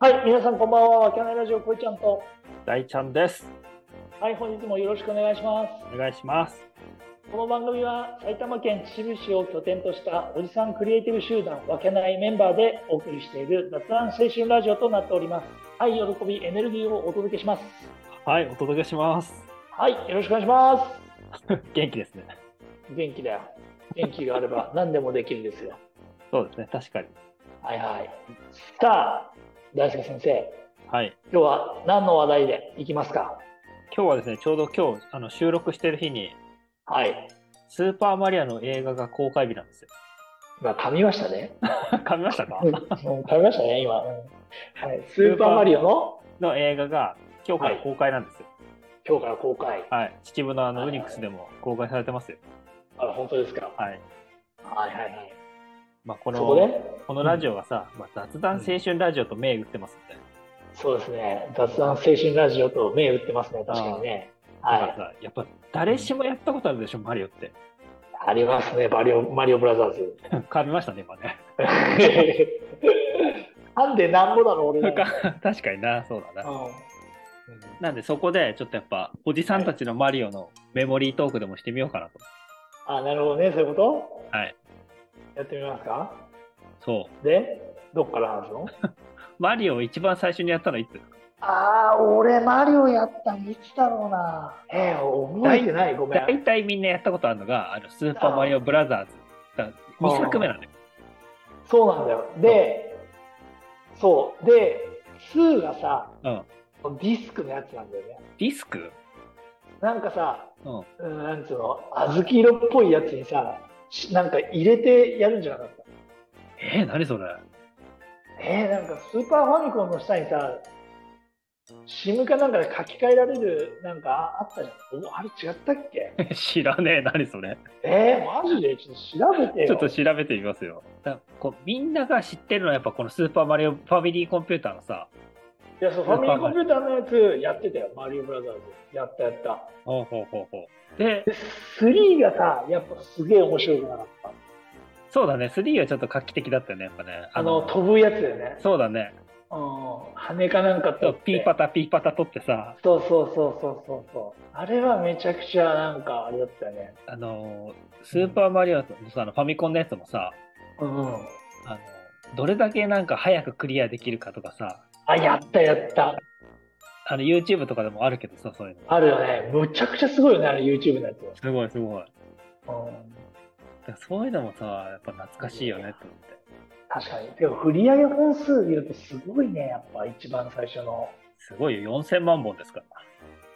はい、皆さんこんばんは。わけないラジオ、こいちゃんと。大ちゃんです。はい、本日もよろしくお願いします。お願いします。この番組は埼玉県秩父市を拠点としたおじさんクリエイティブ集団わけないメンバーでお送りしている雑談青春ラジオとなっております。はい、喜び、エネルギーをお届けします。はい、お届けします。はい、よろしくお願いしま元気ですね。す。元気だよ。元気があれば何でもできるんですよ。そうですね、確かに。はいはい。さあ、大輔先生、はい。今日は何の話題でいきますか今日はですね、ちょうど今日あの収録してる日に、はい。スーパーマリアの映画が公開日なんですよ。 今、噛みましたね。噛みましたかうん、食べましたね、今、うんはい。スーパーマリオのの映画が今日からはい公開なんですよ。今日から公開。はい。秩父のあのはいウはいニックスでも公開されてますよ。あ、本当ですか。はい。はいはいはい。まあ、こそこでの、このラジオがさ、まあ、雑談青春ラジオと銘打ってますみたいな。そうですね。雑談青春ラジオと銘打ってますね、確かにね。はだかい。らさ、やっぱ誰しもやったことあるでしょ、マリオって。 ありますね、バリオ、マリオブラザーズ。噛みましたね、今ね。 なんでなんぼだろう、俺それなんかか。確かにな、そうだな。うんなんでそこでちょっとやっぱおじさんたちのマリオのメモリートークでもしてみようかなと。あ、なるほどね、そういうことはい。やってみますかそう。で、どっから話すのマリオを一番最初にやったのいつああ、俺、マリオやったのいつだろうな。えー、覚えてない、ごめん。大体みんなやったことあるのが、あのスーパーマリオブラザーズ。だ2作目なんだよ。そうなんだよ。で、そう。で、2がさ、うん。ディスクのやつなんだよね。ディスクなんかさ、うん。うん、なんつうの、小豆色っぽいやつにさ、しなんか入れてやるんじゃなかった。えー、何それ えー、なんかスーパーファミコンの下にさ、シムかなんかで書き換えられる、なんかああったじゃん。おあれ違ったっ け知らねえ、何それえー、マジでちょっと調べてちょよっ。と調べてみますよ。だこうみんなが知ってるのはやっぱこのスーパーマリオファミリーコンピューターのさ、いや、そう、ファミリーコンピューターのやつやってたよ。マリオブラザーズ。やったやった。ほうほうほうほう。で、 3がさ、やっぱすげえ面白くなかった。そうだね、3はちょっと画期的だったよね、やっぱね。あの、飛ぶやつだよね。そうだね。うん。羽かなんかそとう。ピーパタピーパタ取ってさ、そうそうそうそうそうそう。あれはめちゃくちゃなんかあれだったよね。あのースーパーマリオのさ、あのファミコンのやつもさ、うん。あのーどれだけなんか早くクリアできるかとかさ、あ、やったやった。あの YouTube とかでもあるけどさ、そういうの。あるよね。むちゃくちゃすごいよね、あの YouTube のやつ。うん。すごいすごい。だからそういうのもさ、やっぱ懐かしいよねと思って。確かに。でも振り上げ本数見るとすごいね、やっぱ一番最初の。すごいよ、4000万本ですか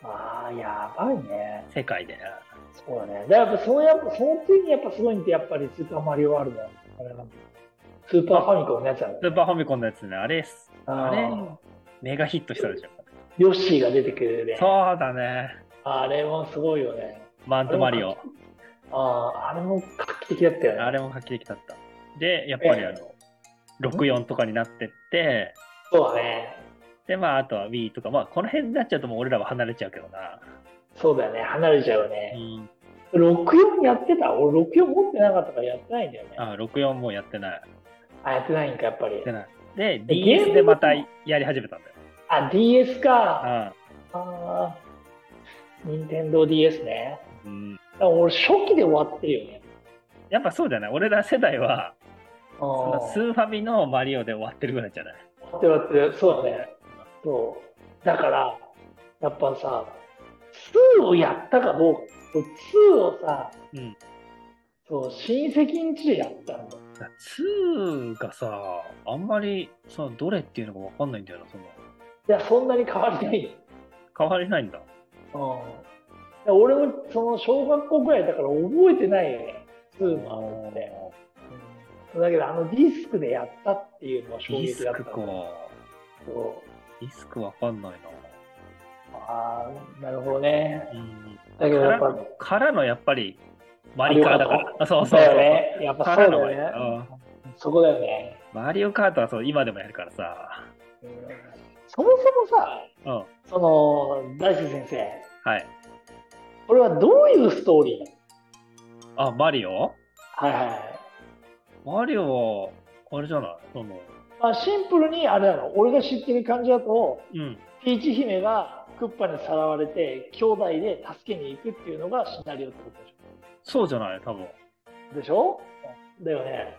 ら、ああ、やばいね。世界で。そうだね。だからやっぱそのやっぱその次にやっぱすごいんってやっぱりスーパーマリオワールドなんだよあれなんだよスーパーファミコンのやつなんだスよーパーファミコンのやつね、あれ、あれうんメガヒットしたでしょ。ヨッシーが出てくるね。そうだね。あれもすごいよね。マントマリオ。ああー、あれも画期的だったよね。あれも画期的だった。で、やっぱりあの、64とかになってって、そうだね。で、まあ、あとは Wii とか、まあ、この辺になっちゃうともう俺らは離れちゃうけどな。そうだよね。離れちゃうようね。ん。 64やってた俺64持ってなかったからやってないんだよね。あ、64もうやってない。あ、やってないんか、やっぱりやって。ない。で、えゲーム DS でまたやり始めたんだよ。あ、DS か。あああ。任天堂 d s ね。うん。だから俺、初期で終わってるよね。やっぱそうじゃない俺ら世代は、あそあのスーファミのマリオで終わってるぐらいじゃないってなってそうだねそうだからやっぱさ2をやったかどうかこれ2をさ、うんそう親戚ん家でやったんだよだから2がさ、あんまり、その、どれっていうのがわかんないんだよな、その。いやそんなに変わりないよ、変わりないんだ。うん、俺もその小学校ぐらいだから覚えてないよね2もあって、うん、だけどあのディスクでやったっていうのはデ衝ィ撃スだっクたか。そうディスクわかんないな。ああなるほどねうん。だけどやっぱからの、やっぱり、マリカーだから。あそうそうだそう。よねやっぱそうだからのマリよねうんそこだよねマリオカートはそう今でもやるからさ。うんそもそもさ、うん。はその大輔先生、い。これはどういうストーリーあ、マリオなのはいはいはい。マリオは、あれじゃないその、まあ、シンプルにあれだろ俺が知ってる感じだとうん。ピーチ姫がクッパにさらわれて兄弟で助けに行くっていうのがシナリオってことでしそうじゃない多分。ょでしょうんだよね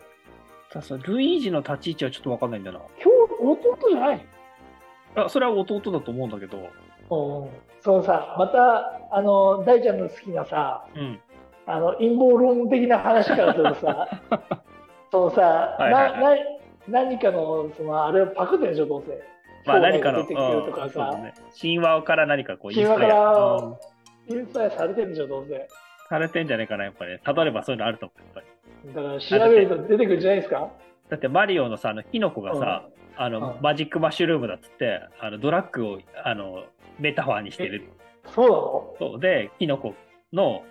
ただそのルイージの立ち位置はちょっとわかんないんだよ今日弟じゃないな。あ、それは弟だと思うんだけど。のうんそのさまたあの大ちゃんの好きなさうん。あの陰謀論的な話からすると さそのさ、いはいなな何かのそのあれをパクってんでしょどうせまあ兄何弟かがの、う出てんそうくるとかさ、だね。神話から何かこう、イン神話スかパイア、らうんインスパイアされてんでしょどうせされてんじゃないかな、やっぱり、ね。たどればそういうのあると思う、やっぱり。だから調べると出てくるんじゃないですかだってマリオのさ、あの、キノコがさ、あの、うんマジックマッシュルームだっつって、あの、ドラッグを、あの、メタファーにしてる。そうなのそうで、キノコの、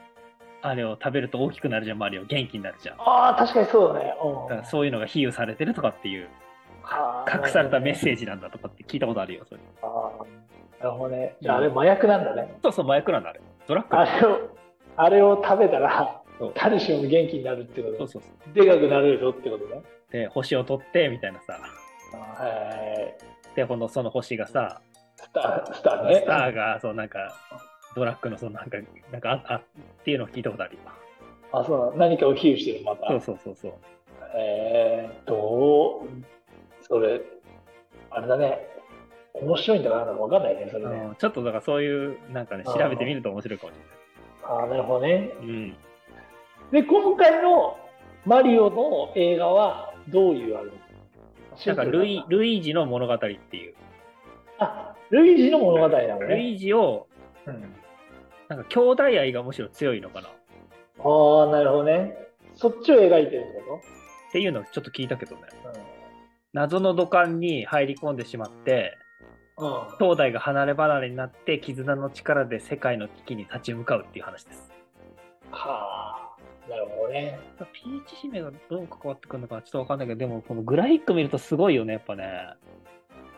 あれを食べると大きくなるじゃん、マリオ。元気になるじゃん。だああ確かにそうだね、からそういうのが比喩されてるとかっていうう、ん、隠されたメッセージなんだとかって聞いたことあるよ、それ。あーなるほどねじゃああれ麻薬なんだねそうそう、麻薬なんだ、あれ。ドラッグあだれをあれを食べたらそう誰しも元気になるってそこうとそうそう。でかくなれるよってことねで、星を取って、みたいなさ。あーはいはいはいで、この、その星がさ、スタースターねスターが、そう、なんか、ドラッグの、その、なんか、なんかあ、あ、っていうのを聞いたことあるよ。あそうなの何かを比喩してるまたそうそうそうそう。えー、っとそれあれだね面白いんだからなんかわかんないねそれあねのちょっとだからそういう、なんかね、調べてみると面白いかもしああなるほどねれない。うん。で今回のマリオの映画はどういうあれなんかルイ、ルイージの物語っていう。あルイージの物語なのルね、イージを、うんなんか兄弟愛がむしろ強いのかなっああなるほどねそっちを描いてるってこていうのをちょっと聞いたけどね。と謎の土管に入り込んでしまって、うん、うん兄弟が離れ離れになって、絆の力で世界の危機に立ち向かうっていう話です。はあなるほどねピーチ姫がどう関わってくるのかちょっとわかんないけど、でもこのグラフィック見るとすごいよね、やっぱね。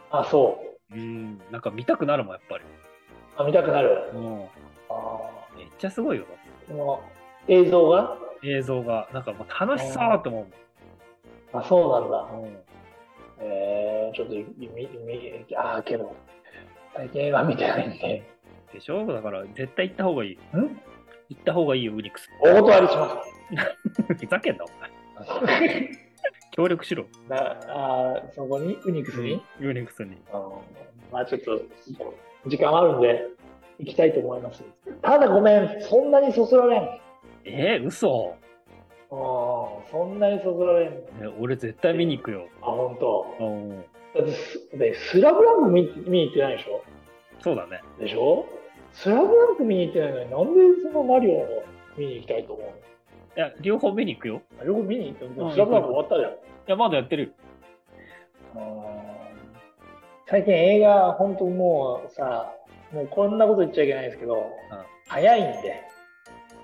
あそううん。なんか見たくなるもん、やっぱり。あ見たくなるうん。あめっちゃすごいよ。ーこの映像が映像が。なんかもう楽しそうと思うもん。あそうなんだうんえー、ちょっとみみあーけど最近映画見てないんででしょだから絶対行った方がいい。ん行った方がいいよ、ウニックス。お断りしますふざけんな、お前。協力しろ。なあーそこにウニクスに、ウニックスに。あのまあちょっと時間あるんで行きたいと思いますただごめんそんなにそそられんうんえー、嘘そんなにそそられんえ俺絶対見に行くよ。あ本当。うん。だってスでスラブランク見見に行ってないでしょそうだね。でしょスラブランク見に行ってないのになんでそのマリオを見に行きたいと思ういや、両方見に行くよ。のよく見に行ってうもんスラブランク終わったじゃんいや、まだやってるよ。最近映画本当もうさもうこんなこと言っちゃいけないんですけど、早いんで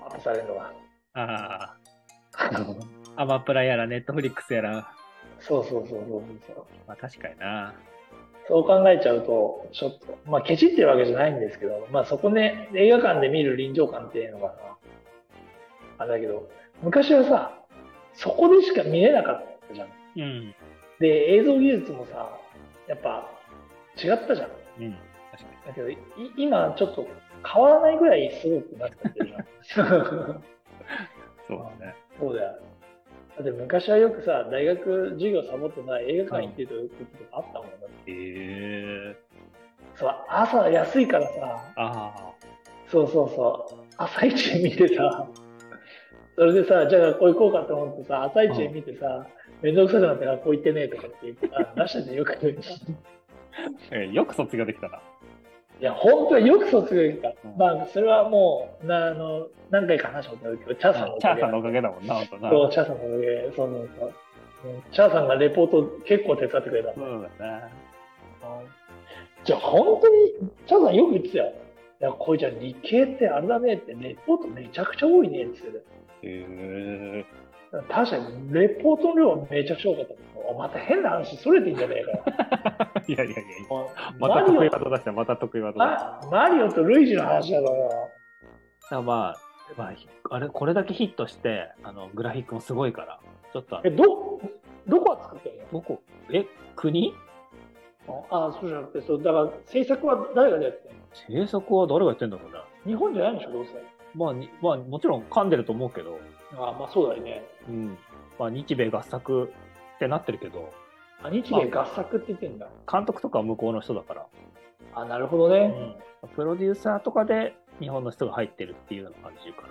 アップされるの がああ。アマプラやら、ネットフリックスやら。そうそうそうそうそうまあ確かにな。そう考えちゃうとちょっとまあケチってるわけじゃないんですけどまあそこね映画館で見る臨場感っていうのがあれだけど昔はさそこでしか見れなかったじゃんうん。で映像技術もさやっぱ違ったじゃんうん。確かだけど、い今ちょっと変わらないぐらいすごくなっちゃってるじゃん。に。そうだね。そうだよ。だって昔はよくさ、大学授業サボってさ、映画館行ってた時とかあったもんだって。へえそう、朝安いからさ、あそうそうそう、朝一見てさ、それでさ、じゃあ学校行こうかと思ってさ、朝一見てさ、めんどくさくなって学校行ってねえとかって言ってさ、出したじゃんよく言うじゃん。あ。えよく卒業できたな。いや、本当によく卒業できたう。んまあ、それはもう、なあの、何回か話したことあるけど、チャーさんのおチかャーげさんのおかげだもんな、ほんとな。そう、チャーさんのおかげそうなんですようんチャーさんがレポート結構手伝ってくれた。そうだね。じゃあ本当に、チャーさんよく言ってたよ。いや、こいちゃん理系ってあれだねって、レポートめちゃくちゃ多いねって言ってへえ。た確かに、レポートの量はめちゃくちゃ多かった。おまた変な話、それていいんじゃねえかよ。いやいやいや。まマたリ得意オ技出した、また得意技出しあマリオとルイージの話だから。た。まあ、まあ、あれ、これだけヒットして、あの、グラフィックもすごいから、ちょっとあえ、の、ど、どこは作ってるどこ、え、国のああ、そうじゃなくて、そう、だから制作は誰がやってるの制作は誰がやってんだろうな。日本じゃないんでしょ、どうせ。まあ、にまあ、もちろん噛んでると思うけど、ああ、まあそうだよね。うん。まあ、日米合作ってなってるけど、あ、日米合作って言ってんだ。監督とかは向こうの人だから、あ、なるほどうね。ん。プロデューサーとかで日本の人が入ってるっていうような感じか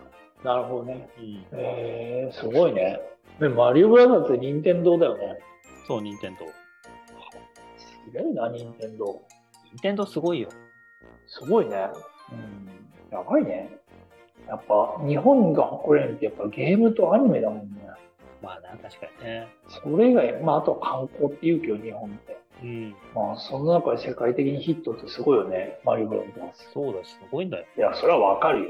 な。なるほどね。うん。へえ、すごいね。でもマリオブラザーズって任天堂だよね。そう、任天堂。すげえな、任天堂。任天堂すごいよ。すごいね。うん。やばいね。やっぱ、日本が誇れるってやっぱゲームとアニメだもんね。まあな、確かにね。それ以外、まああと観光っていうけど、日本って。うん。まあその中で世界的にヒットってすごいよね、マリオブラザーズ。そうだし、すごいんだよ。いや、それはわかるよ。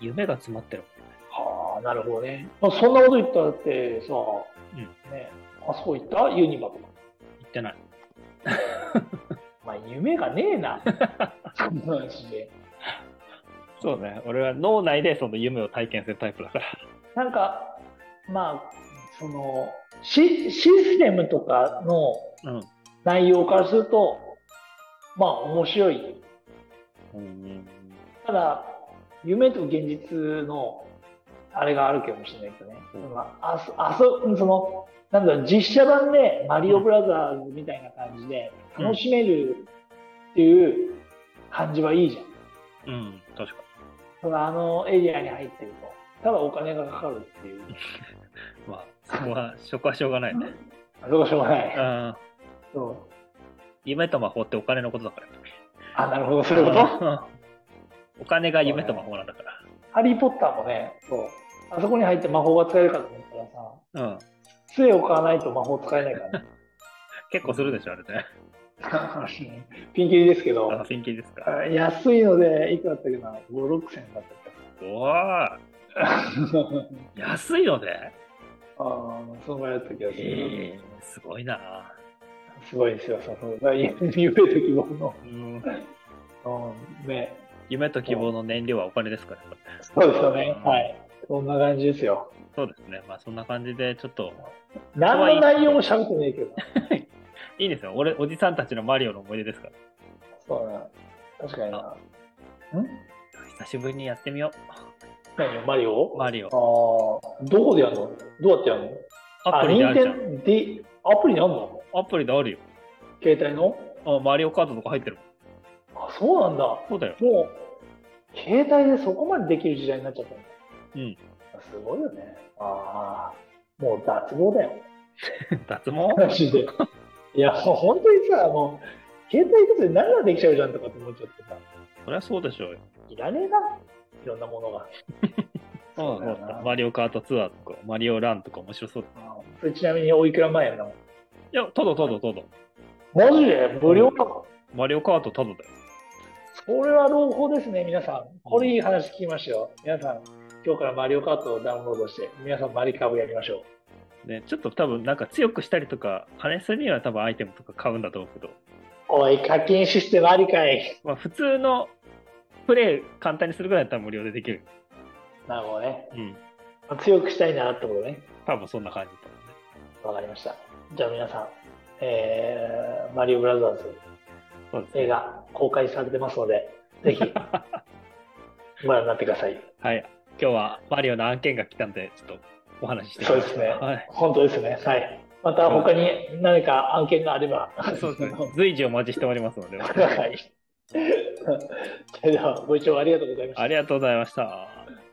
夢が詰まってるもんね。はあ、なるほどね。まあ、そんなこと言ったらってさ、んね、あそこ行ったユニバとか。言ってない。まあ、夢がねえ な。そんな話で。そうね。俺は脳内でその夢を体験するタイプだから。なんか、まあ、そのシ、システムとかのうん。内容からすると、まあ、面白い。うん、ただ、夢と現実の、あれがあるかもしれないけどね。うんまあ、あそ、あそ、その、なんだろう、実写版でマリオブラザーズみたいな感じでうん楽しめるっていう感じはいいじゃん。うん、確かただ、あのエリアに入ってると、ただお金がかかるっていう。に。まあ、そこは、そこはしょうがないね。あそこはしょうがない。うん。そう夢と魔法ってお金のことだから。あ、なるほど、そういうこと。うんお金が夢と魔法なんだかハリー・ポッターもね、そう。あそこに入って魔法が使えるかと思ったらさ、ら。うん。杖を買わないと魔法使えない からね。結構するでしょ、あれね。ピンキリですけど、あ、ピンキリですか。あ安いので、いくらだったっけな、5、6千だったっおー け安いのであーそのぐらいだった気がする。えー、すごいなすごいですよ、その、だ 夢と希望の。うん。うん、ね。夢と希望の燃料はお金ですから、これそうですよね。はい。そんな感じですよ。そうですね。まあ、そんな感じで、ちょっと、何の内容も喋ってねえけど。いいですよ。俺、おじさんたちのマリオの思い出ですから。そうだな。確かにな。ん久しぶりにやってみよ何よマリオう。マリオあ。あ、どこでやるのどうやってやるのアプリであるじゃん。任天でアプリにあんのアプリであるよ。携帯のあマリオカートとか入ってるもん。あ、そうなんだ。もそうだよ。う、携帯でそこまでできる時代になっちゃったんだ。うん。すごいよね。ああ、もう脱帽だよ。脱毛マジで。 いや、もう本当にさ、もう、携帯一つで何ができちゃうじゃんとかって思っちゃってさ、そりゃそうでしょうよ。いらねえな、いろんなものが。そうだよなマリオカートツアーとか、マリオランとか面白そう。あーそれちなみにおいくら前やな。いや、ただただただ。マジで無料か。マリオカートただだよ。これは朗報ですね、皆さん。これいい話聞きましたよ。皆さん、今日からマリオカートをダウンロードして、皆さんマリカブやりましょう。ね、ちょっと多分なんか強くしたりとか、あれするには多分アイテムとか買うんだと思うけど、おい、課金システムありかい。まあ普通のプレイ簡単にするぐらいだったら無料でできる。なるほどね。うん。強くしたいなってことね。多分そんな感じだと思うね。わかりました。じゃあ皆さん、えーマリオブラザーズそうです映ね。画公開されてますので、ぜひご覧になってください。はい。今日はマリオの案件が来たんで、ちょっとお話ししてきそうま。ですすね。はい。本当ですね。はい。また他に何か案件があれば。 そうですね。随時お待ちしておりますので。はい。それでは、ご視聴ありがとうございましたあ。りがとうございました。